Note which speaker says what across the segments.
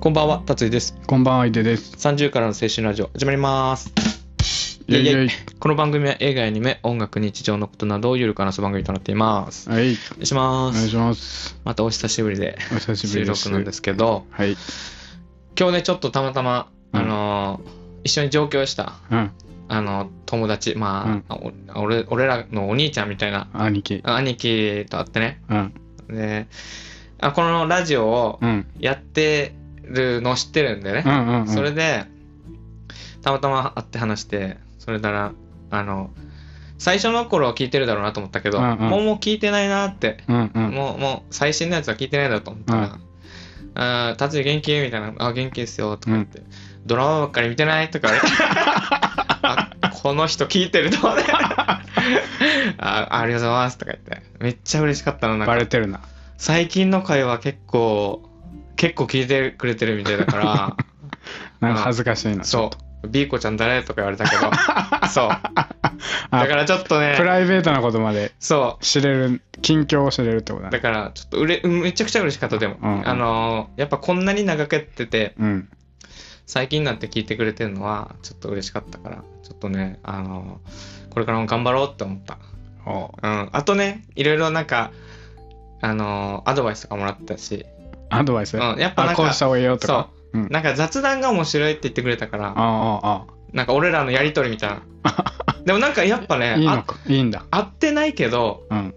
Speaker 1: こんばんは、達井です。
Speaker 2: こんばんは、いでです。
Speaker 1: 30からの青春ラジオ、始まります。
Speaker 2: イェイイェイ。
Speaker 1: この番組は映画やアニメ、音楽、日常のことなどをゆるく話す番組となっています。
Speaker 2: はい、
Speaker 1: お願いしま
Speaker 2: お願い
Speaker 1: す。
Speaker 2: します。
Speaker 1: またお久しぶりで
Speaker 2: お久しぶ
Speaker 1: 収
Speaker 2: りで
Speaker 1: 録
Speaker 2: す。
Speaker 1: なんですけど、
Speaker 2: はい。
Speaker 1: 今日ね、ちょっとたまたま、
Speaker 2: うん
Speaker 1: あのー一緒に上京した、
Speaker 2: うん、
Speaker 1: あの、友達、まあ、あお俺、俺らのお兄ちゃんみたいな、
Speaker 2: 兄貴。
Speaker 1: 兄貴と会ってね、
Speaker 2: うん、
Speaker 1: であこのラジオを
Speaker 2: うん、
Speaker 1: やってるの知ってるんでね
Speaker 2: う、ん、うん。
Speaker 1: それでたまたま会って話してそれならあの最初の頃は聞いてるだろうなと思ったけど、
Speaker 2: うんうん
Speaker 1: もうもう聞いてないなって、
Speaker 2: うん、うん。
Speaker 1: もうもう最新のやつは聞いてないだろうと思ったら
Speaker 2: う
Speaker 1: 「
Speaker 2: ん
Speaker 1: ああ達治元気?」みたいな「あ元気ですよ」とか言って、ドラマばっかり見てない?」とか言わ れてあこの人聞いてると思って 「あありがとうございます」とか言ってめっちゃ嬉しかったのなんか
Speaker 2: バレてるな。
Speaker 1: 最近の会話結構結構聞いてくれてるみたいだから。
Speaker 2: なんか恥ずかしいな。
Speaker 1: そう。ビーコちゃん誰とか言われたけ ど。そう。だからちょっと
Speaker 2: プ
Speaker 1: ね、
Speaker 2: ライベートなことまで
Speaker 1: そ
Speaker 2: 知れる、近況を知れるってことだ
Speaker 1: う。
Speaker 2: ね
Speaker 1: だ。からちょっとうれ、うんめちゃくちゃ嬉しかった、でも。
Speaker 2: うんうん
Speaker 1: あのーやっぱこんなに長くやってて、
Speaker 2: うん。
Speaker 1: 最近になって聞いてくれてるのは、ちょっと嬉しかったから、ちょっとね、あのーこれからも頑張ろうって思った。
Speaker 2: おう
Speaker 1: うん。あとね、いろいろなんか、あのーアドバイスとかもらったし、
Speaker 2: アドバイス
Speaker 1: うん。やっぱな
Speaker 2: あ、
Speaker 1: ん
Speaker 2: こう
Speaker 1: か、
Speaker 2: した方がいいよと
Speaker 1: そ
Speaker 2: か。
Speaker 1: う、
Speaker 2: うん
Speaker 1: なんか雑談が面白いって言ってくれたから、
Speaker 2: あ
Speaker 1: なんか俺らのやりとりみたい な。でもなんかやっぱ
Speaker 2: あ、あ
Speaker 1: ね
Speaker 2: あ。いい
Speaker 1: あ
Speaker 2: のか。いいんだ。
Speaker 1: 合ってないけど
Speaker 2: うん。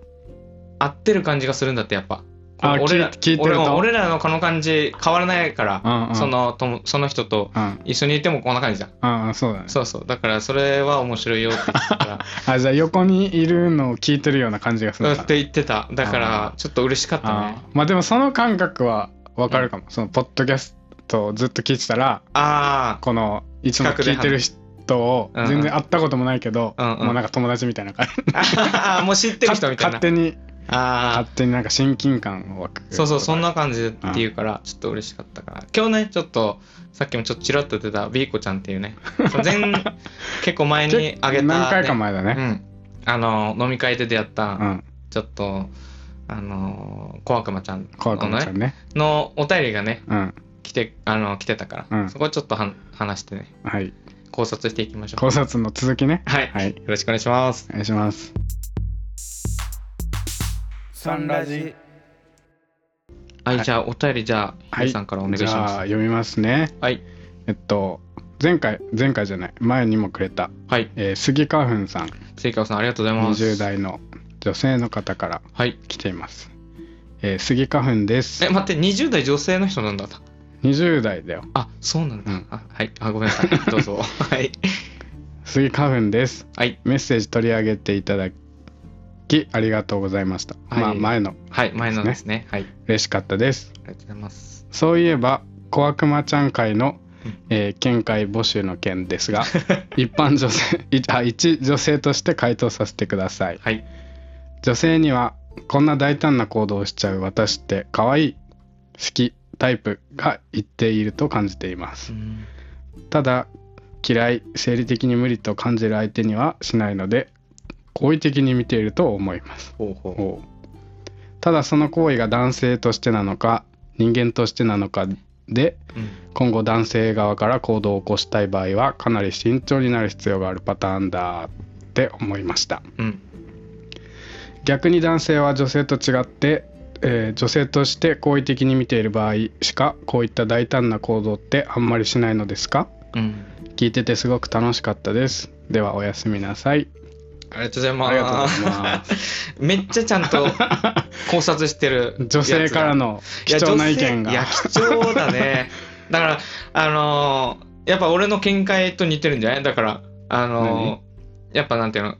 Speaker 1: 合ってる感じがするんだってやっぱ
Speaker 2: あ
Speaker 1: この俺ら
Speaker 2: 聞い聞いてると
Speaker 1: 俺も俺らのこの感じ変わらないから、
Speaker 2: うんうん
Speaker 1: そのともその人と
Speaker 2: うん。
Speaker 1: 一緒にいてもこんな感じじゃん、
Speaker 2: うん、そうだね。
Speaker 1: そうそうだからそれは面白いよって言ってた から
Speaker 2: あ、じゃあ横にいるのを聞いてるような感じがす
Speaker 1: そう
Speaker 2: る
Speaker 1: や
Speaker 2: か
Speaker 1: って言ってただか
Speaker 2: あ
Speaker 1: らちょっと嬉しかった
Speaker 2: あ
Speaker 1: ね
Speaker 2: ーまあでもその感覚はわかるかも、そのポッドキャストをずっと聞いてたら
Speaker 1: あ
Speaker 2: このいつも
Speaker 1: 近くで
Speaker 2: 聞いてる人を
Speaker 1: うんうん
Speaker 2: 全然会ったこともないけど、
Speaker 1: うんうん
Speaker 2: もうなんか友達みたいな感じ、
Speaker 1: ーあーもう知ってる人みたいな
Speaker 2: 勝手に
Speaker 1: あ
Speaker 2: 勝
Speaker 1: あ
Speaker 2: 手になんか親近感を湧く
Speaker 1: そうそうそんな感じっていうからちょっと嬉しかったから今日ねちょっとさっきもちょっとちらっと出たビーコちゃんっていうねその 前結構前にあげた、ね、
Speaker 2: 何回か前だ
Speaker 1: う
Speaker 2: ね
Speaker 1: ん、あの飲み会で出会った、
Speaker 2: うん
Speaker 1: ちょっとあの小悪魔ちゃん
Speaker 2: 怖くなっちゃ
Speaker 1: の,、
Speaker 2: う
Speaker 1: ね、
Speaker 2: ね
Speaker 1: のお便りがね
Speaker 2: うん
Speaker 1: 来てあの来てたから、
Speaker 2: うん
Speaker 1: そこちょっとは話してね
Speaker 2: はい
Speaker 1: 考察していきましょう
Speaker 2: 考察の続きね
Speaker 1: はい、
Speaker 2: はい
Speaker 1: よろしくお願いします
Speaker 2: お願いします
Speaker 3: サンラジ
Speaker 1: はい、
Speaker 2: はい
Speaker 1: じゃあお便りじゃあ、
Speaker 2: は
Speaker 1: はいい、さんからお願いし
Speaker 2: じゃあ
Speaker 1: ます
Speaker 2: 読みますね
Speaker 1: はい
Speaker 2: えっと前回前回じゃない前にもくれた、
Speaker 1: はい
Speaker 2: えー、杉花粉さん
Speaker 1: せいかおさんありがとうございます
Speaker 2: 20代の女性の方から
Speaker 1: はい
Speaker 2: 来ています、えー、杉花粉です
Speaker 1: え待って20代女性の人なんだった
Speaker 2: 20代だよ
Speaker 1: あそうなんだ、
Speaker 2: うん
Speaker 1: あはいあごめんなさい どうぞはい
Speaker 2: 杉花粉です
Speaker 1: はい
Speaker 2: メッセージ取り上げていただきありがとうございました、
Speaker 1: はい
Speaker 2: まあ前の
Speaker 1: はい前のですねはい
Speaker 2: 嬉しかったです
Speaker 1: ありがとうございます
Speaker 2: そういえば小悪魔ちゃん会の
Speaker 1: うん、
Speaker 2: えー県会募集の件ですが 一般女性 いあ一女性として回答させてください
Speaker 1: はい
Speaker 2: 女性にはこんな大胆な行動をしちゃう私って可愛い好きタイプが言っていると感じています
Speaker 1: うん
Speaker 2: ただ嫌い生理的に無理と感じる相手にはしないので好意的に見ていると思います
Speaker 1: ほうほう
Speaker 2: おうただその行為が男性としてなのか人間としてなのかで
Speaker 1: うん
Speaker 2: 今後男性側から行動を起こしたい場合はかなり慎重になる必要があるパターンだって思いました
Speaker 1: うん
Speaker 2: 逆に男性は女性と違って、えー女性として好意的に見ている場合しかこういった大胆な行動ってあんまりしないのですか
Speaker 1: うん
Speaker 2: 聞いててすごく楽しかったですではおやすみなさい
Speaker 1: ありがとうございます。
Speaker 2: ありがとうございます
Speaker 1: めっちゃちゃん と考察してるやつだ。
Speaker 2: 女性からの貴重な意見が
Speaker 1: いや、女性いや貴重だ ね。だから、あのーやっぱ俺の見解と似てるんじゃないだから、あのーやっぱなんていうの、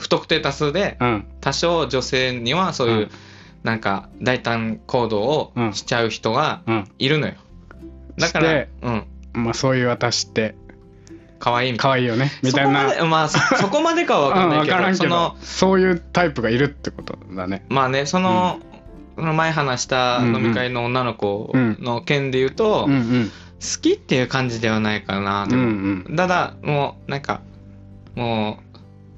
Speaker 1: 不特定多数で、
Speaker 2: うん
Speaker 1: 多少女性にはそういう、
Speaker 2: うん
Speaker 1: なんか大胆行動を
Speaker 2: うん
Speaker 1: しちゃう人が
Speaker 2: うん
Speaker 1: いるのよ。だか
Speaker 2: し
Speaker 1: ら
Speaker 2: て、
Speaker 1: うん、
Speaker 2: まあそういう私って
Speaker 1: 可愛いみたい
Speaker 2: 可愛いよね
Speaker 1: な。
Speaker 2: みたいな
Speaker 1: そこまで、まあ、そそこまでかは分かんない
Speaker 2: うん、分
Speaker 1: けど、
Speaker 2: からんけ
Speaker 1: その
Speaker 2: ど、そういうタイプがいるってことだね
Speaker 1: まあねその,、その前話した飲み会の女の子の件で言うと、
Speaker 2: うん
Speaker 1: 好
Speaker 2: うん
Speaker 1: きっていう感じではないかな
Speaker 2: う
Speaker 1: で
Speaker 2: んう
Speaker 1: も、
Speaker 2: ん
Speaker 1: ただもうなんかもう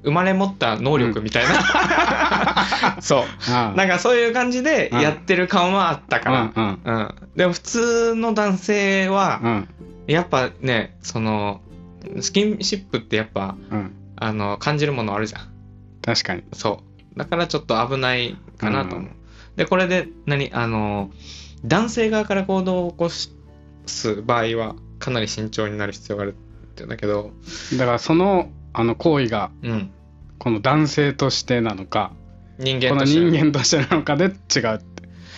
Speaker 1: 生まれ持った能力みたいな、そう
Speaker 2: ああ
Speaker 1: なんかそういう感じでやってる感はあったから、
Speaker 2: うん
Speaker 1: うんでも普通の男性
Speaker 2: う
Speaker 1: は
Speaker 2: ん
Speaker 1: やっぱねそのスキンシップってやっぱ
Speaker 2: うんうん
Speaker 1: あの感じるものあるじゃん
Speaker 2: 確かに
Speaker 1: そうだからちょっと危ないかなと思う、でこれで何あの男性側から行動を起こす場合はかなり慎重になる必要があるって言うんだけど
Speaker 2: だからそのあの行為が
Speaker 1: うん
Speaker 2: この男性としてなのか
Speaker 1: 人
Speaker 2: こ
Speaker 1: 間
Speaker 2: の
Speaker 1: として
Speaker 2: 人間としてなのかで違う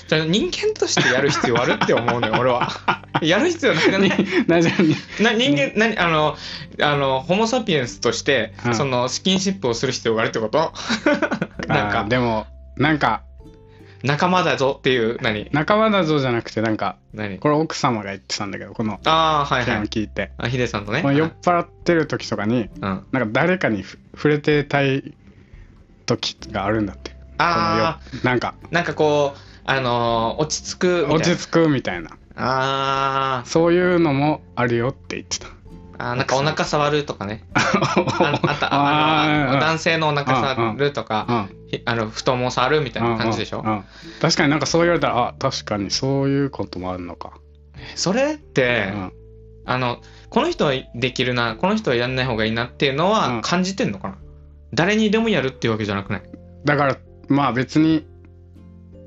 Speaker 1: じゃあ人間としてやる必要あるって思うのよ俺 はやる必要なくない
Speaker 2: 大丈夫に
Speaker 1: な人間何あのあのホモ・サピエンスとして、
Speaker 2: うん
Speaker 1: そのスキンシップをする必要があるってこと なん
Speaker 2: あ
Speaker 1: か
Speaker 2: ーでもなんか
Speaker 1: 仲間だぞっていう何
Speaker 2: 仲間だぞじゃなくてなんか
Speaker 1: 何
Speaker 2: これ奥様が言ってたんだけどこの
Speaker 1: ああはい
Speaker 2: 件を
Speaker 1: はい
Speaker 2: 聞いて、
Speaker 1: あヒデさんとね
Speaker 2: この酔っ払ってる時とかに
Speaker 1: うん、あ
Speaker 2: なんか誰かにふ触れてたい時があるんだってこのよ
Speaker 1: あ
Speaker 2: なんか
Speaker 1: ーなんかこうあのー落ち着くみ
Speaker 2: 落
Speaker 1: たい
Speaker 2: ち
Speaker 1: な
Speaker 2: 着くみたいな
Speaker 1: あー
Speaker 2: そういうのもあるよって言ってた。
Speaker 1: あーなんかお腹触るとかねああ った
Speaker 2: あ
Speaker 1: あ
Speaker 2: ーう
Speaker 1: の
Speaker 2: ん
Speaker 1: 男性のお腹触るとか、ひあの太もも触るみたいな感じでしょ、
Speaker 2: うんうんうん確かになんかそう言われたらあ確かにそういうこともあるのか、
Speaker 1: それって、
Speaker 2: うん
Speaker 1: あのこの人はできるなこの人はやんない方がいいなっていうの
Speaker 2: うん
Speaker 1: は感じてんのかな、誰にでもやるっていうわけじゃなくない
Speaker 2: だからまあ別に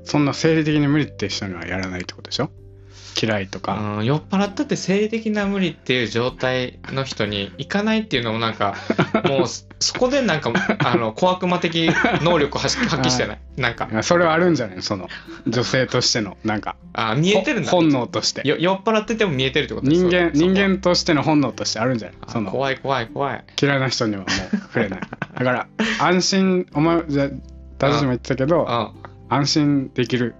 Speaker 2: そんな生理的に無理って人にはやらないってことでしょ嫌いとか、
Speaker 1: うん酔っ払ったって性的な無理っていう状態の人に行かないっていうのもなん かもうそそこでなんかあの小悪魔的能力を発揮発揮してないなんか
Speaker 2: いやそれはあるんじゃないその女性としてのなんか
Speaker 1: あ見えてるんだ
Speaker 2: ほ本能として
Speaker 1: よ酔っ払ってても見えてるってこと
Speaker 2: 人間
Speaker 1: そそこ
Speaker 2: 人間としての本能としてあるんじゃない
Speaker 1: あ
Speaker 2: その
Speaker 1: 怖い怖い怖い
Speaker 2: 嫌いな人にはもう触れないだから安心お前じゃダジも言ってたけど
Speaker 1: うん
Speaker 2: 安心できる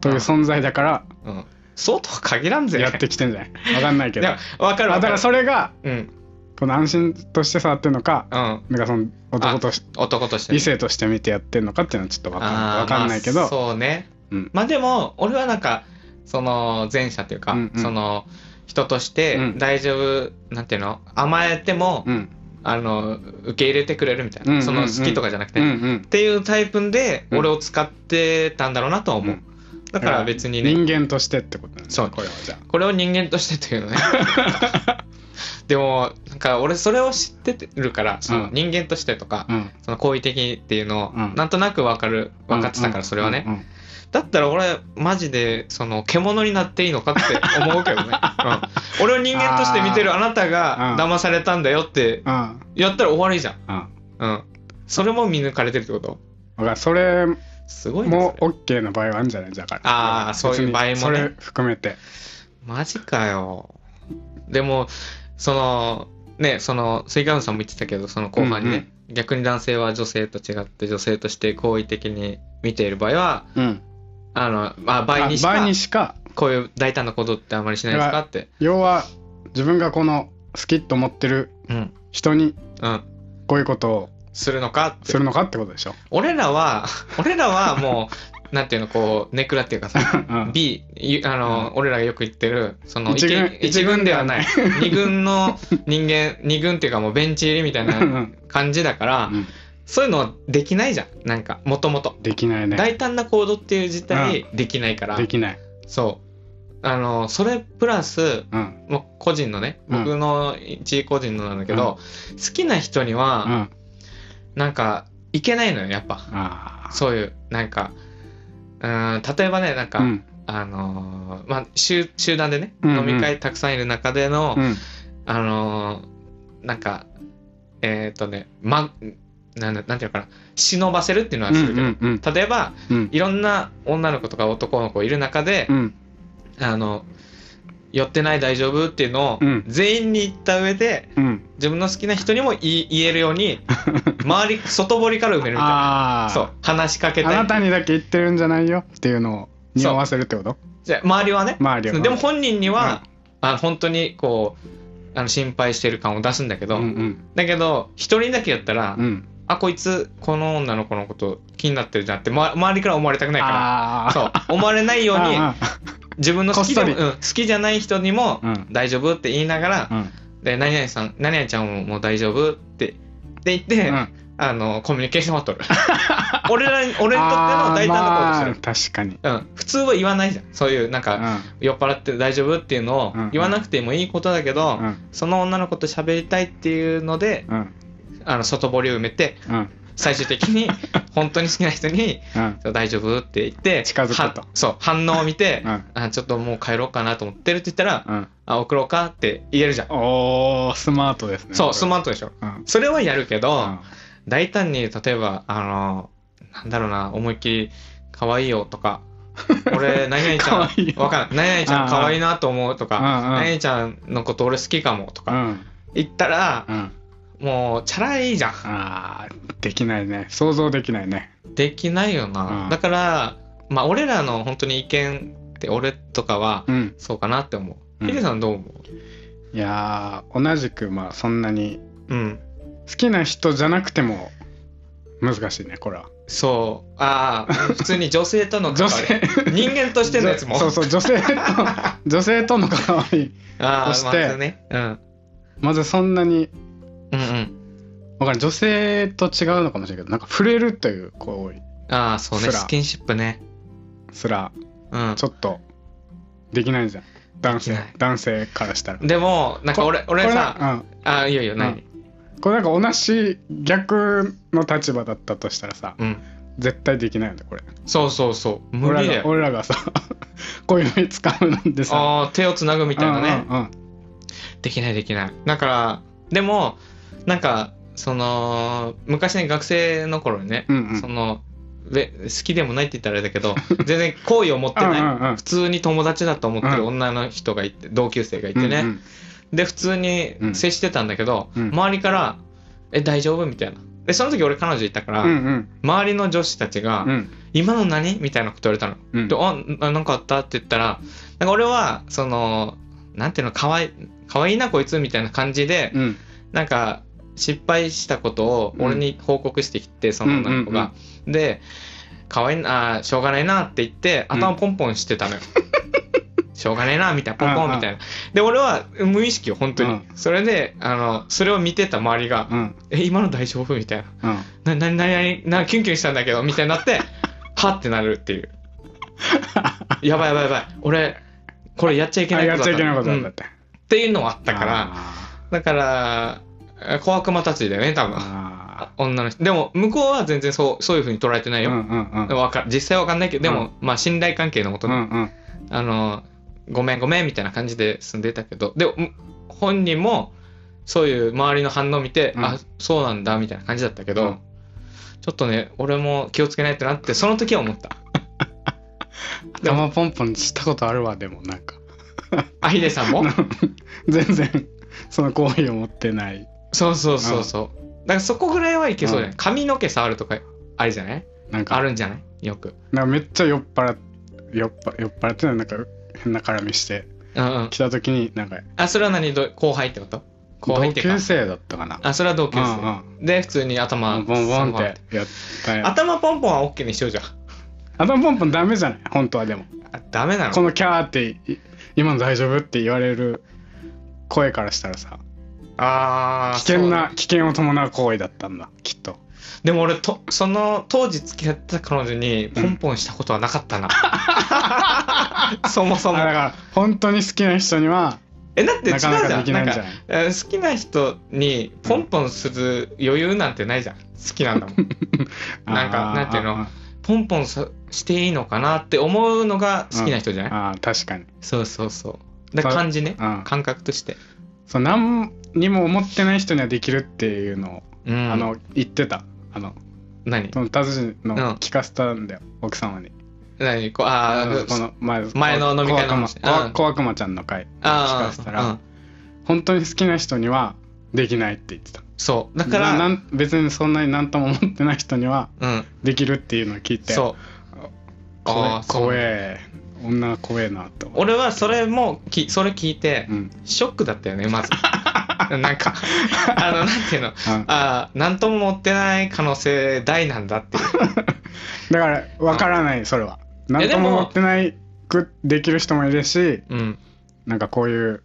Speaker 2: という存在だから
Speaker 1: うんそうとは限らんぜ
Speaker 2: やってきてんじゃない分かんないけど
Speaker 1: でも分かる分
Speaker 2: あだ
Speaker 1: か
Speaker 2: か
Speaker 1: る
Speaker 2: らそれが
Speaker 1: うん
Speaker 2: この安心として触ってるのか
Speaker 1: うん
Speaker 2: なんかその男とし
Speaker 1: 男としてね
Speaker 2: 異性として見てやってるのかっていうのはちょっと分かんない
Speaker 1: あ
Speaker 2: わ
Speaker 1: ー
Speaker 2: かんないけど、
Speaker 1: まあそうね、
Speaker 2: うん
Speaker 1: まあでも俺はなんかその前者というか、
Speaker 2: うんうん
Speaker 1: その人とし
Speaker 2: う
Speaker 1: て
Speaker 2: ん
Speaker 1: 大丈夫、なんていうの甘えても、
Speaker 2: うん
Speaker 1: あの受け入れてくれるみたいな、
Speaker 2: うんうんうん
Speaker 1: その好きとかじゃなくて、
Speaker 2: うんう
Speaker 1: っ
Speaker 2: ん
Speaker 1: ていうタイプで
Speaker 2: うん
Speaker 1: 俺を使ってたんだろうなとは思う、
Speaker 2: うん
Speaker 1: だから別にね、
Speaker 2: 人間としてってことなんだね
Speaker 1: そう
Speaker 2: これはじゃ
Speaker 1: これを人間としてというの ねでもなんか俺それを知ってるからその
Speaker 2: うん
Speaker 1: 人間としてとか、
Speaker 2: あ、うん、
Speaker 1: その好意的っていうのを
Speaker 2: うん
Speaker 1: なんとなく分かる分かってたからそれはね、
Speaker 2: うんうんうん
Speaker 1: だったら俺マジでその獣になっていいのかって思うけど ね、うん、俺を人間として見てるあなたが
Speaker 2: あー
Speaker 1: 騙されたんだよって
Speaker 2: あ
Speaker 1: やったら終わりじゃん、
Speaker 2: ああ
Speaker 1: うん、それも見抜かれてるってこと
Speaker 2: あだからそれ
Speaker 1: すごいね
Speaker 2: も
Speaker 1: それ
Speaker 2: OK の場合はあるんじゃないだから
Speaker 1: あーそういう場合もね
Speaker 2: 別にそれ含めて
Speaker 1: マジかよでもそのねそのスイカウンさんも言ってたけどその後半にね、逆に男性は女性と違って女性として好意的に見ている場合は
Speaker 2: うん
Speaker 1: あの、まあ、倍
Speaker 2: あ
Speaker 1: にし
Speaker 2: 倍
Speaker 1: か
Speaker 2: にしか
Speaker 1: こういう大胆なことってあんまりしないですかって
Speaker 2: 要は自分がこの好きと思ってる
Speaker 1: うん
Speaker 2: 人に
Speaker 1: うん
Speaker 2: こういうことを
Speaker 1: するのかって
Speaker 2: するのかってことでしょ、
Speaker 1: 俺らは俺らはもうなんていうのこうネクラっていうか
Speaker 2: う
Speaker 1: さ
Speaker 2: ん、
Speaker 1: B いあの、俺らがよく言ってるその
Speaker 2: 一軍
Speaker 1: 一一軍ではない二軍の人間二軍っていうかもうベンチ入りみたい
Speaker 2: うんう
Speaker 1: なん感じだから、
Speaker 2: うん
Speaker 1: そういうのはできないじゃんなんかもともと
Speaker 2: できないね
Speaker 1: 大胆な行動っていう自体できないから、
Speaker 2: できない、
Speaker 1: そうあのそれプラス
Speaker 2: うん
Speaker 1: もう個人のね
Speaker 2: うん
Speaker 1: 僕の一個人のなんだけど、好きな人に
Speaker 2: う
Speaker 1: は
Speaker 2: ん、
Speaker 1: なんかいけないのよやっぱ。
Speaker 2: あ
Speaker 1: そういう、なんか、うーん、例えばね、なん
Speaker 2: あ
Speaker 1: か、
Speaker 2: うん
Speaker 1: あのーまあ、集集団でね、
Speaker 2: うんうん
Speaker 1: 飲み会たくさんいる中での、
Speaker 2: うん
Speaker 1: あのーなんか、えっ、とね、ま、なんだなんていうのかな、忍ばせるっていうのは
Speaker 2: う
Speaker 1: す
Speaker 2: ん
Speaker 1: るけど、
Speaker 2: うんうん
Speaker 1: 例えば、
Speaker 2: うん
Speaker 1: いろんな女の子とか男の子いる中で
Speaker 2: う、ん
Speaker 1: あの、寄ってない大丈夫っていうのを
Speaker 2: うん
Speaker 1: 全員に言った上で、
Speaker 2: うん
Speaker 1: 自分の好きな人にも言い言えるように、周り、外堀から埋めるみたいな。
Speaker 2: ああ
Speaker 1: そう、話しかけ
Speaker 2: あ
Speaker 1: たり
Speaker 2: なたにだけ言ってるんじゃないよっていうのを匂わせるってこと
Speaker 1: じゃあ周りはね、
Speaker 2: 周りは
Speaker 1: そのでも本人には、あの本当にこうあの心配してる感を出すんだけ
Speaker 2: う
Speaker 1: ど、
Speaker 2: んうん
Speaker 1: だけど一人だけやったら、
Speaker 2: うん
Speaker 1: あこいつこの女の子のこと気になってるじゃんって、ま、周りから思われたくないか
Speaker 2: あ
Speaker 1: ら
Speaker 2: あ
Speaker 1: そう思われないように自分の好きでも
Speaker 2: こっそり
Speaker 1: うん好きじゃない人にも
Speaker 2: うん
Speaker 1: 大丈夫って言いながら、
Speaker 2: うん
Speaker 1: で何々さん何々ちゃんももう大丈夫ってって言って、
Speaker 2: うん
Speaker 1: あの、コミュニケーションバトル。 俺らに、俺にとっての大胆なことを
Speaker 2: あーまあ確かに、
Speaker 1: うん、普通は言わないじゃん。そういう、なん
Speaker 2: うん
Speaker 1: か、酔っ払って大丈夫っていうのを
Speaker 2: うんうん
Speaker 1: 言わなくてもいいことだけど、
Speaker 2: うん
Speaker 1: その女の子と喋りたいっていうので、
Speaker 2: うん
Speaker 1: あの、外堀を埋めて、
Speaker 2: うん
Speaker 1: 最終的 に、本当に好きな人に、
Speaker 2: うん
Speaker 1: 大丈夫って言って、
Speaker 2: 近づくと
Speaker 1: はそう、反応を見て、
Speaker 2: うん
Speaker 1: あちょっともう帰ろうかなと思ってるって言ったら、
Speaker 2: うん
Speaker 1: あ、送ろうかって言えるじゃん。
Speaker 2: おースマートですね
Speaker 1: そう、スマ
Speaker 2: ー
Speaker 1: ートでしょ。
Speaker 2: ト、うん
Speaker 1: それはやるけど、
Speaker 2: うん
Speaker 1: 大胆に、例えば、あの、なんだろうな、思いっきり、可愛いよとか、俺、何々ちゃ
Speaker 2: 可愛い
Speaker 1: ん、
Speaker 2: よ
Speaker 1: わかんない、何々ちゃ
Speaker 2: あ
Speaker 1: ん
Speaker 2: あ
Speaker 1: 可愛いなと思うとか、
Speaker 2: うんうん
Speaker 1: 何々ちゃんのこと俺好きかもと
Speaker 2: う
Speaker 1: か、
Speaker 2: ん
Speaker 1: 言ったら
Speaker 2: う、ん
Speaker 1: もう、チャラいじゃん。
Speaker 2: あーできないね想像できないね
Speaker 1: できないよな。
Speaker 2: うん
Speaker 1: だから、まあ、俺らの本当に意見って、俺とかは、
Speaker 2: うん
Speaker 1: そうかなって思う。
Speaker 2: うん
Speaker 1: ヒデさんどう思う
Speaker 2: いやー同じくまあそんなに
Speaker 1: うん。
Speaker 2: 好きな人じゃなくても難しいねこれは
Speaker 1: そう。ああ、普通に女性との関
Speaker 2: 女
Speaker 1: わり
Speaker 2: 性
Speaker 1: 人間としてのやつも。
Speaker 2: そうそう 女性と女性との関わり
Speaker 1: ああ、
Speaker 2: そして
Speaker 1: まずね。うん。
Speaker 2: まずそんなに
Speaker 1: うんうん。
Speaker 2: わかる女性と違うのかもしれないけどなんか触れるという行為
Speaker 1: ああ、そうね。
Speaker 2: すら
Speaker 1: スキンシップね。
Speaker 2: すら
Speaker 1: うん
Speaker 2: ち。ょっとできないじゃん男性
Speaker 1: できない
Speaker 2: 男性からしたら
Speaker 1: でも、なんか俺、俺
Speaker 2: これ
Speaker 1: さ、
Speaker 2: な
Speaker 1: ああ、いいよいいよ、何
Speaker 2: うん、これなんか同じ逆の立場だったとしたらさ
Speaker 1: うん。
Speaker 2: 絶対できないよねこれ
Speaker 1: そうそうそう。無
Speaker 2: 俺
Speaker 1: 理だ
Speaker 2: らが
Speaker 1: よ。
Speaker 2: 俺らがさ 小指掴むなんてさ
Speaker 1: ああ、手をつなぐみたいなね。
Speaker 2: うんうん
Speaker 1: できないできない。だから、でも、なんか、その、昔ね、学生の頃にね、
Speaker 2: うんうん
Speaker 1: その、べ好きでもないって言ったらあれだけど、 全然好意を持ってない。
Speaker 2: うんうんうん
Speaker 1: 普通に友達だと思ってる女の人がいて、同級生がいてね、
Speaker 2: うん
Speaker 1: で普通に接してたんだけど、
Speaker 2: うん
Speaker 1: 周りから「え大丈夫?」みたいなでその時俺彼女いたから、
Speaker 2: うんうん
Speaker 1: 周りの女子たちが「
Speaker 2: うん
Speaker 1: 今の何?」みたいなこと言われたの「
Speaker 2: うん
Speaker 1: でああなんかあった?」って言ったらなんか俺はそのなんていうのかわいかわいいなこいつみたいな感じで、
Speaker 2: うん
Speaker 1: なんか失敗したことを俺に報告してきて、その女の子が、で「かわいいなあーしょうがないな」って言って頭ポンポンしてたの よ、しょうがないなみたいなポンポンみたいなで俺は無意識よ本当に、
Speaker 2: うん
Speaker 1: それであのそれを見てた周りが「
Speaker 2: うん
Speaker 1: え今の大丈夫?」みたい
Speaker 2: うん
Speaker 1: な「なななななキュンキュンしたんだけど」みたいにな って「はっ」ってなるっていうやばいやばいやばい俺これやっちゃいけ
Speaker 2: あ
Speaker 1: ない
Speaker 2: や
Speaker 1: こ
Speaker 2: っ
Speaker 1: と
Speaker 2: ち
Speaker 1: だ
Speaker 2: ゃいけないことなん
Speaker 1: うん
Speaker 2: だ
Speaker 1: っ
Speaker 2: って
Speaker 1: ていうのはあったから
Speaker 2: あ
Speaker 1: だから、え小悪魔たちだよね、多
Speaker 2: ー
Speaker 1: 分。
Speaker 2: あ
Speaker 1: 女の人。でも、向こうは全然そう、そういう風に捉えてない
Speaker 2: ー
Speaker 1: よ。
Speaker 2: うんうんうん
Speaker 1: わか実際わかんないけど、でも、まあ、信頼関係のこと
Speaker 2: う
Speaker 1: ね、
Speaker 2: んうん
Speaker 1: あの、ごめんごめんみたいな感じで住んでたけど、でも、む本人も、そういう周りの反応を見て、
Speaker 2: うん
Speaker 1: あ、そうなんだ、みたいな感じだったけど、
Speaker 2: うん
Speaker 1: ちょっとね、俺も気をつけないとな って、その時は思った。でも
Speaker 2: 頭ポンポンしたことあるわでもなんか
Speaker 1: あ、ヒデさんも
Speaker 2: 全然 その行為を持ってない
Speaker 1: そうそうそうそう。だからそこぐらいはいけそうじゃない、
Speaker 2: うん
Speaker 1: 髪の毛触るとか、あれじゃない
Speaker 2: なんか
Speaker 1: あるんじゃないよく。
Speaker 2: なんかめっちゃ酔っ払っ酔っ払酔っ払ってないなんか変な絡みして
Speaker 1: うんうん。
Speaker 2: 来た時になんか
Speaker 1: あ、それは何ど後輩ってこと後輩
Speaker 2: 同
Speaker 1: っていうか
Speaker 2: 級。生だったかな
Speaker 1: あ、それは同級生。
Speaker 2: うん
Speaker 1: で、普通に頭、
Speaker 2: ボンボン
Speaker 1: ボ
Speaker 2: っ
Speaker 1: ンボンって
Speaker 2: てやったよ
Speaker 1: 頭ポンポンは OK にしようじゃん。
Speaker 2: 頭ポンポンダメじゃない本当はでも
Speaker 1: あダメな
Speaker 2: こ
Speaker 1: の
Speaker 2: のキャーってい今の大丈夫って言われる声からしたらさ
Speaker 1: あー
Speaker 2: 危険
Speaker 1: そう
Speaker 2: な
Speaker 1: ね
Speaker 2: 危険を伴う行為だったんだきっと
Speaker 1: でも俺と、その当時付き合ってた彼女にポンポンしたことはなかったな。 そも
Speaker 2: あ
Speaker 1: そ
Speaker 2: だ
Speaker 1: も
Speaker 2: か。ら本当に好きな人には
Speaker 1: え、だって違う
Speaker 2: な
Speaker 1: じ
Speaker 2: かなか
Speaker 1: ゃ
Speaker 2: で
Speaker 1: ん。
Speaker 2: き
Speaker 1: な
Speaker 2: なんいんじ
Speaker 1: か
Speaker 2: ゃない
Speaker 1: えー好きな人にポンポンする余裕なんてないじゃん。好きなんだも ん。なんか
Speaker 2: あー
Speaker 1: なんていうの
Speaker 2: あ
Speaker 1: ポンポンさしていいのかなって思うのが好きな人じゃない、
Speaker 2: ーあー確かに
Speaker 1: そうそうそう。だ
Speaker 2: そう
Speaker 1: 感じね、
Speaker 2: うん
Speaker 1: 感覚として。
Speaker 2: そう何にも思ってない人にはできるっていうのを
Speaker 1: うん、
Speaker 2: あの言ってたあの
Speaker 1: 何
Speaker 2: その達人の
Speaker 1: うん
Speaker 2: 聞かせたんだよ、奥様に
Speaker 1: 何こうあ
Speaker 2: あのこ
Speaker 1: ー
Speaker 2: の前
Speaker 1: 前の飲み会の話
Speaker 2: 小悪魔
Speaker 1: うん
Speaker 2: 小悪魔ちゃんの会聞
Speaker 1: あ
Speaker 2: か
Speaker 1: ー
Speaker 2: せたら、
Speaker 1: うん
Speaker 2: 本当に好きな人にはできないって言ってた
Speaker 1: そうだから
Speaker 2: ななん別にそんなに何とも思ってない人には
Speaker 1: うん
Speaker 2: できるっていうのを聞いて
Speaker 1: そう
Speaker 2: 怖
Speaker 1: あ
Speaker 2: え
Speaker 1: ーそう
Speaker 2: 怖え女は怖えなと
Speaker 1: 俺はそれもきそれ聞いて、
Speaker 2: うん
Speaker 1: ショックだったよねま ずなんかあのなんていうの
Speaker 2: うん
Speaker 1: あーなんとも持ってない可能性大なんだ っていう
Speaker 2: だからわからないそれは何とも思ってないくできる人もいるし
Speaker 1: うん
Speaker 2: なんかこういう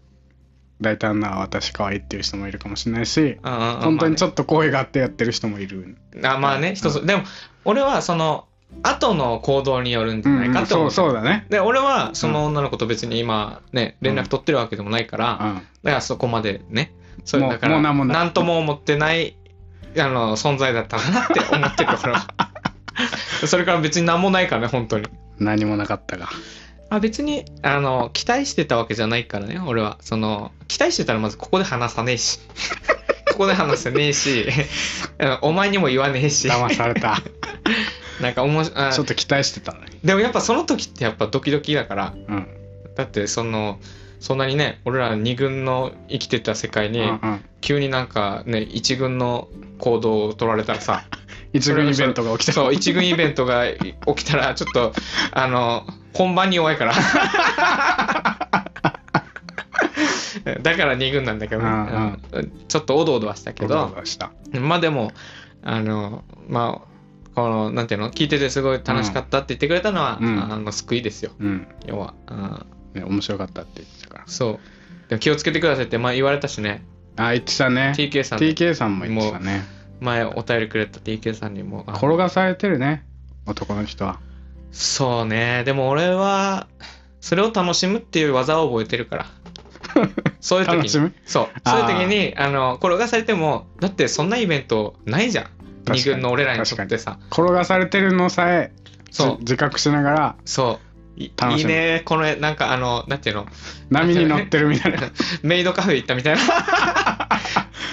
Speaker 2: 大胆な私可愛いっていう人もいるかもしれないし
Speaker 1: 本
Speaker 2: 本当にちょ
Speaker 1: っ
Speaker 2: っと声があってやってる人もいる
Speaker 1: と。あまあね、人そでも、俺はその、後の行動によるんじゃないうか
Speaker 2: ん
Speaker 1: と
Speaker 2: そ
Speaker 1: 思
Speaker 2: う
Speaker 1: う。
Speaker 2: そうだね
Speaker 1: で、俺はその女の子と別に今、ね、連絡取ってるわけでもないから、だ
Speaker 2: うん
Speaker 1: からそこまでね、それ
Speaker 2: もう
Speaker 1: だから、
Speaker 2: もう
Speaker 1: な
Speaker 2: 何も
Speaker 1: ん
Speaker 2: ない
Speaker 1: とも思ってない、あの、存在だったかなって思ってる から。それから別に何もないからね、本当に。
Speaker 2: 何もなかったが
Speaker 1: あ別にあの期待してたわけじゃないからね俺はその期待してたらまずここで話さねえし ここで話せねえし うんお前にも言わねえし
Speaker 2: 騙された
Speaker 1: なんかおもしあ
Speaker 2: ちょっと期待してたのに
Speaker 1: でもやっぱその時ってやっぱドキドキだから
Speaker 2: うん
Speaker 1: だってそのそんなにね俺ら二軍の生きてた世界
Speaker 2: う
Speaker 1: に
Speaker 2: んうん
Speaker 1: 急になんかね一軍の行動を取られたらさ
Speaker 2: 一軍イベントが起きた
Speaker 1: そう一軍イベントが起きたらちょっとあの本番に弱いから だから2軍なんだけどね、
Speaker 2: うん
Speaker 1: うんちょっとおどおどはしたけ
Speaker 2: ゴロ
Speaker 1: ど
Speaker 2: ゴロした
Speaker 1: まあでもあのまあこのなんていうの聞いててすごい楽しかったって言ってくれたのは、
Speaker 2: うん
Speaker 1: あの救いですよ
Speaker 2: うん
Speaker 1: 要は、うん
Speaker 2: ね面白かったって言ってたから
Speaker 1: そうでも気をつけてくださいって前言われたしね
Speaker 2: あ言ってたね
Speaker 1: TK さん
Speaker 2: TK さんも言ってたね
Speaker 1: 前お便りくれた TK さんにもあ
Speaker 2: 転がされてるね男の人は
Speaker 1: そうねでも俺はそれを楽しむっていう技を覚えてる からそういう時に
Speaker 2: 楽しむ
Speaker 1: そう
Speaker 2: あ
Speaker 1: そう
Speaker 2: ー
Speaker 1: いう時にあの転がされてもだってそんなイベントないじゃん
Speaker 2: かに
Speaker 1: 二軍の俺らにとってさ
Speaker 2: 転がされてるのさえ
Speaker 1: そう
Speaker 2: じ自覚しながら
Speaker 1: そうい
Speaker 2: 楽しむ
Speaker 1: いいねこのなんかあのなんていうの
Speaker 2: 波に乗ってる みたいな
Speaker 1: メイドカフェ行ったみたい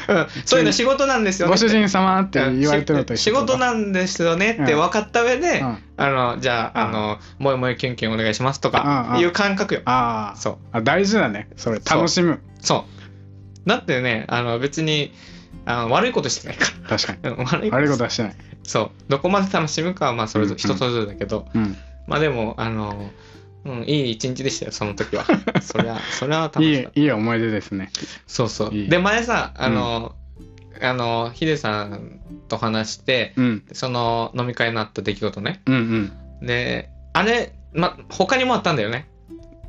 Speaker 1: な、うん、そういうの仕事なんですよね
Speaker 2: ご主人様って言われてるのと一緒
Speaker 1: 仕事なんですよねって分かった上で、
Speaker 2: うん
Speaker 1: あのじゃああ
Speaker 2: うん
Speaker 1: の「もえもえキュンキュンお願いします」と
Speaker 2: うん
Speaker 1: か
Speaker 2: うん
Speaker 1: いう感覚よ
Speaker 2: あー
Speaker 1: そう
Speaker 2: あ大事だねそれ
Speaker 1: そう
Speaker 2: 楽しむ
Speaker 1: そう。だってね、あの別にあの悪いことしてないか
Speaker 2: 確かに
Speaker 1: ら。うん悪い
Speaker 2: 悪いことはしてない
Speaker 1: そう。どこまで楽しむかはまあそれぞれ、
Speaker 2: うんうん
Speaker 1: 人それぞれだけど、
Speaker 2: うん
Speaker 1: まあでも、あの、うん、いい一日でしたよ、その時 は。そりゃ、そりゃ楽
Speaker 2: い
Speaker 1: し
Speaker 2: い
Speaker 1: かった。
Speaker 2: いい思い出ですね
Speaker 1: そうそう。
Speaker 2: いい
Speaker 1: で、前さ、あの、あの、ヒデさんと話して、
Speaker 2: うん
Speaker 1: その飲み会のあった出来事ね。
Speaker 2: うんうん
Speaker 1: で、あれ、ま、他にもあったんだよね。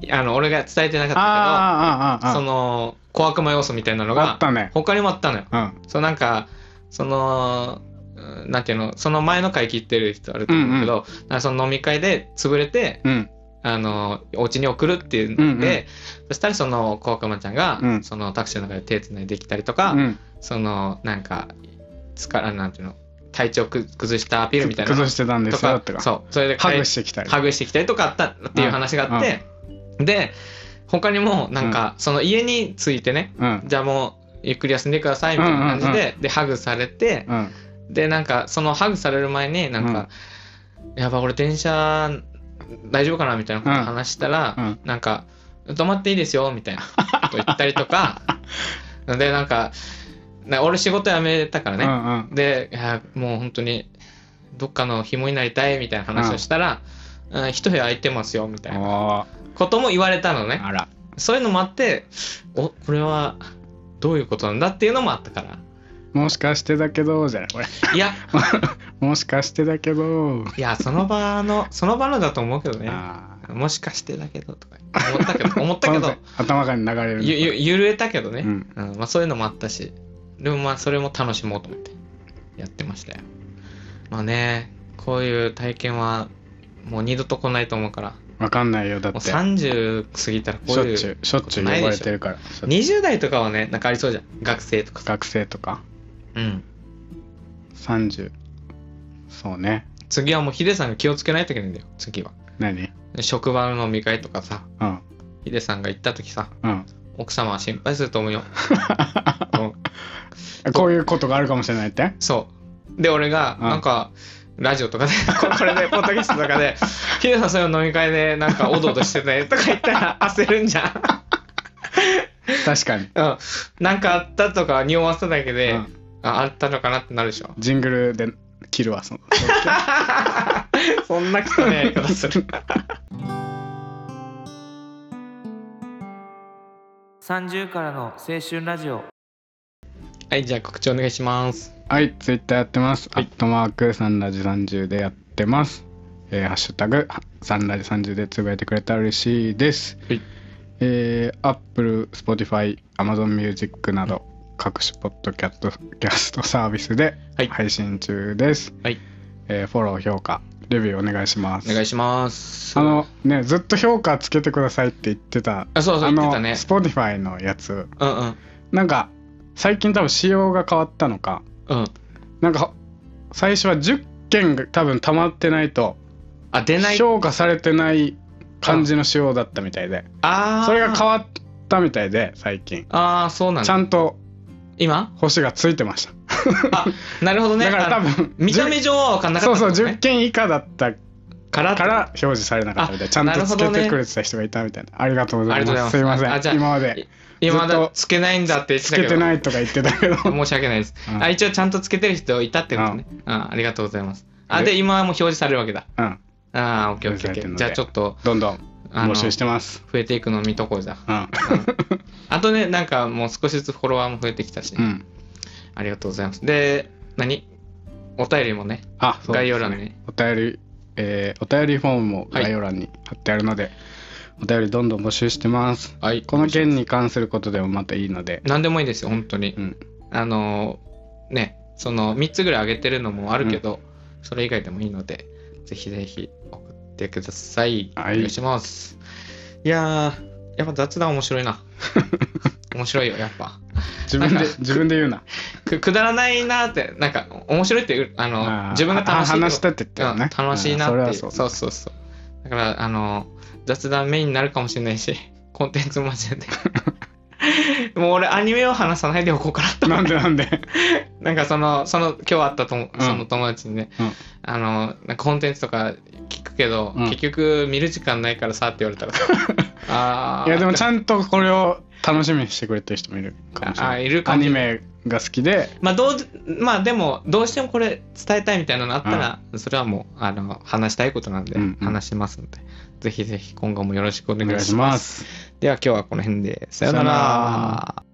Speaker 1: あの、俺が伝えてなかった
Speaker 2: あーあ
Speaker 1: けど、
Speaker 2: ーあーあ
Speaker 1: そ
Speaker 2: ー
Speaker 1: の、小悪魔要素みたいなの
Speaker 2: あ
Speaker 1: が
Speaker 2: っ、たね
Speaker 1: 他にもあったのよ。
Speaker 2: うん
Speaker 1: そうなんかそのうんなんていうのその前の回切ってる人あると思うけど、なんかその飲み会で潰れて
Speaker 2: うん
Speaker 1: あのお家に送るっていうので、
Speaker 2: うんうん
Speaker 1: そしたらその小悪魔ちゃんが、
Speaker 2: うん
Speaker 1: そのタクシーの中で手つないできたりとか、
Speaker 2: うん
Speaker 1: そのなんか疲れなんていうの体調く崩したアピールみたいなの
Speaker 2: 崩してたんで
Speaker 1: と
Speaker 2: すよ
Speaker 1: か
Speaker 2: とか
Speaker 1: そうそれで
Speaker 2: ハグしてきたり
Speaker 1: ハグしてきたりとかあったっていう話があって、で他にもなんか、その家についてね
Speaker 2: うん
Speaker 1: じゃあもうゆっくり休んでくださいみたいな感じで、
Speaker 2: うんう
Speaker 1: でハグされて、
Speaker 2: うん
Speaker 1: でなんかそのハグされる前になんか、やば俺電車大丈夫かなみたいなこと話したら、
Speaker 2: うんうん
Speaker 1: なんか止まっていいですよみたいなこと言ったりと かでなんかな俺仕事辞めたから
Speaker 2: う
Speaker 1: ね、
Speaker 2: んうん
Speaker 1: でいやもう本当にどっかの紐になりたいみたいな話をしたら、うん、一部屋空いてますよみたいな
Speaker 2: おー
Speaker 1: ことも言われたのね
Speaker 2: あら
Speaker 1: そういうのもあって、お、これはどういうことなんだっていうのもあった から。
Speaker 2: もしかしてだけどじゃないこれ
Speaker 1: いや、
Speaker 2: もしかしてだけど
Speaker 1: いや、その場の、その場のだと思うけどね。
Speaker 2: あー
Speaker 1: もしかしてだけどとか思ったけ ど、思った
Speaker 2: こ
Speaker 1: け
Speaker 2: の
Speaker 1: ど
Speaker 2: 手、頭が流れる
Speaker 1: ゆ、ゆ、揺れたけどね。
Speaker 2: うん
Speaker 1: うん、まあそういうのもあったし、でもまあそれも楽しもうと思ってやってましたよ。まあね、こういう体験はもう二度と来ないと思うから、も
Speaker 2: わかんないよだっ
Speaker 1: う
Speaker 2: てし
Speaker 1: 30過ぎたらこう
Speaker 2: ょっ
Speaker 1: いう。
Speaker 2: ちゅうしょっちゅう呼ばれてるから
Speaker 1: 20代とかはね、なんかありそうじゃん。学生とかさ。
Speaker 2: 学生とか
Speaker 1: うん。
Speaker 2: 30そうね
Speaker 1: 次はもうヒデさんが気をつけないといけないんだよ、次は。
Speaker 2: 何
Speaker 1: 職場の飲み会とかさ、
Speaker 2: うん
Speaker 1: ヒデさんが行った時さ、
Speaker 2: うん
Speaker 1: 奥様は心配すると思う よ。うん
Speaker 2: こういうことがあるかもしれないって
Speaker 1: そう。で、俺が、
Speaker 2: うん
Speaker 1: なんか、ラジオとかで、 ここれで、ポッドキャストとか で、ヒデさんそういう飲み会で、なんか、おどおどして ね、とか言ったら焦るんじゃ ん。
Speaker 2: 確かに
Speaker 1: うん。なんかあったとか、匂わせただけで、
Speaker 2: うん
Speaker 1: ああったのかなってなるでしょ。
Speaker 2: ジングルで切るわ その
Speaker 1: そんな汚いやり方する。
Speaker 3: 30からの青春ラジオ
Speaker 1: はい、じゃあ告知お願いします。
Speaker 2: はいツイッターやってます、アットマークサンラジ30でやってますえーハッシュタグサンラジ30でつぶやいてくれたら嬉しいです、
Speaker 1: はい
Speaker 2: えー、Apple、Spotify、Amazon Music など各種ポッドキャストキャストサービスで
Speaker 1: はい
Speaker 2: 配信中です。
Speaker 1: はい
Speaker 2: えーフォロー、評価、レビューお願いします。
Speaker 1: お願いします。
Speaker 2: あのね、ずっと評価つけてくださいって言ってた、
Speaker 1: あ、そうそう、言
Speaker 2: あ
Speaker 1: って
Speaker 2: の、
Speaker 1: たね。
Speaker 2: Spotify のやつ、
Speaker 1: うんうん。
Speaker 2: なんか最近多分仕様が変わったのか、
Speaker 1: うん。
Speaker 2: なんか最初は10件が多分溜まってないと
Speaker 1: あ、出ない。
Speaker 2: 評価されてない感じの仕様だったみたいで
Speaker 1: ああ。
Speaker 2: それが変
Speaker 1: わ
Speaker 2: わったみたいで最近
Speaker 1: ああ、そうなん
Speaker 2: ちゃ
Speaker 1: だ。
Speaker 2: んと
Speaker 1: 今
Speaker 2: 星がついてました、
Speaker 1: あ、なるほどね。
Speaker 2: だから多
Speaker 1: あの
Speaker 2: 分
Speaker 1: 見た目
Speaker 2: じ
Speaker 1: 上は分かんなか
Speaker 2: そ
Speaker 1: っ
Speaker 2: う
Speaker 1: た
Speaker 2: そ
Speaker 1: ん
Speaker 2: う
Speaker 1: だね。
Speaker 2: 10件以下だった
Speaker 1: から
Speaker 2: から表示されなかったみたい
Speaker 1: あ
Speaker 2: ちゃんとつけ
Speaker 1: なるほど
Speaker 2: て
Speaker 1: ね
Speaker 2: くれてた人がいたみたいなありがとうございます
Speaker 1: ありがと
Speaker 2: す
Speaker 1: う
Speaker 2: い
Speaker 1: ございま
Speaker 2: ますせん
Speaker 1: あじゃあ
Speaker 2: 今まで
Speaker 1: 今ま
Speaker 2: ずっ
Speaker 1: だ
Speaker 2: と
Speaker 1: つけないんだって言って
Speaker 2: つ
Speaker 1: たけ
Speaker 2: け
Speaker 1: ど。
Speaker 2: てないとか言ってたけど
Speaker 1: 申し訳ないです。
Speaker 2: うん
Speaker 1: あ、一応ちゃんとつけてる人いたってことね。あありがとうございます。あ、で、
Speaker 2: で
Speaker 1: 今はもう表示されるわけだ。
Speaker 2: うん
Speaker 1: ああ、オッケーオッケーオッ
Speaker 2: 表示され
Speaker 1: ケ
Speaker 2: てる
Speaker 1: ー。
Speaker 2: の
Speaker 1: じ
Speaker 2: で
Speaker 1: ゃあちょっと、
Speaker 2: どんどん
Speaker 1: あの、
Speaker 2: 募集し
Speaker 1: 増
Speaker 2: てます
Speaker 1: えていくのを見と こうじゃ。
Speaker 2: うん
Speaker 1: あとね、なんかもう少しずつフォロワーも増えてきたし、
Speaker 2: うん
Speaker 1: ありがとうございます。で、何お便りもね、
Speaker 2: あそうですね
Speaker 1: 概要欄に。
Speaker 2: お便り、えーお便りフォームも概要欄に貼ってあるので、お便りどんどん募集してます
Speaker 1: はい。
Speaker 2: この件に関することでもまたいいので
Speaker 1: 何でもいいですよ、本当に。
Speaker 2: うん
Speaker 1: あのーね、その3つぐらい上げてるのもあるけど、それ以外でもいいので、ぜひぜひ送ってください。
Speaker 2: は
Speaker 1: お
Speaker 2: い
Speaker 1: 願いします。いやー、やっぱ雑談面白い な。面白いよ、やっぱ。
Speaker 2: 自分
Speaker 1: な
Speaker 2: で
Speaker 1: んか
Speaker 2: 自分で言うな
Speaker 1: くくだらないなーって、なんか、面白いっていう、あの、
Speaker 2: あー
Speaker 1: 自分が楽しい
Speaker 2: あ
Speaker 1: けど
Speaker 2: 話したって言ったよね、
Speaker 1: うん楽しいなっていう、
Speaker 2: うんそ
Speaker 1: そ
Speaker 2: れは
Speaker 1: う
Speaker 2: そう
Speaker 1: そうそうだからあの雑談メインになるかもしれないしコンテンツマジで もう俺アニメを話さないでおこうかなと
Speaker 2: なんでなんで
Speaker 1: なんかそのその今日会ったとも
Speaker 2: うん
Speaker 1: その友達にね、
Speaker 2: うん
Speaker 1: あのなんかコンテンツとか聞くけど、
Speaker 2: うん
Speaker 1: 結局見る時間ないからさって言われた らああ
Speaker 2: いやでもちゃんとこれを楽しみにしてくれてる人もいるかもしれ
Speaker 1: あ
Speaker 2: ない
Speaker 1: いるか
Speaker 2: ア
Speaker 1: もし
Speaker 2: ニ
Speaker 1: れな
Speaker 2: メが好きで
Speaker 1: まあどうまあでもどうしてもこれ伝えたいみたいなのあったら、それはもうあの話したいことなんで
Speaker 2: うんうん
Speaker 1: 話しますので、ぜひぜひ今後もよろしくお
Speaker 2: お
Speaker 1: 願
Speaker 2: 願
Speaker 1: い
Speaker 2: い
Speaker 1: し
Speaker 2: し
Speaker 1: ま
Speaker 2: ますす
Speaker 1: では今日はこの辺でさよな
Speaker 2: さよな
Speaker 1: ら
Speaker 2: ら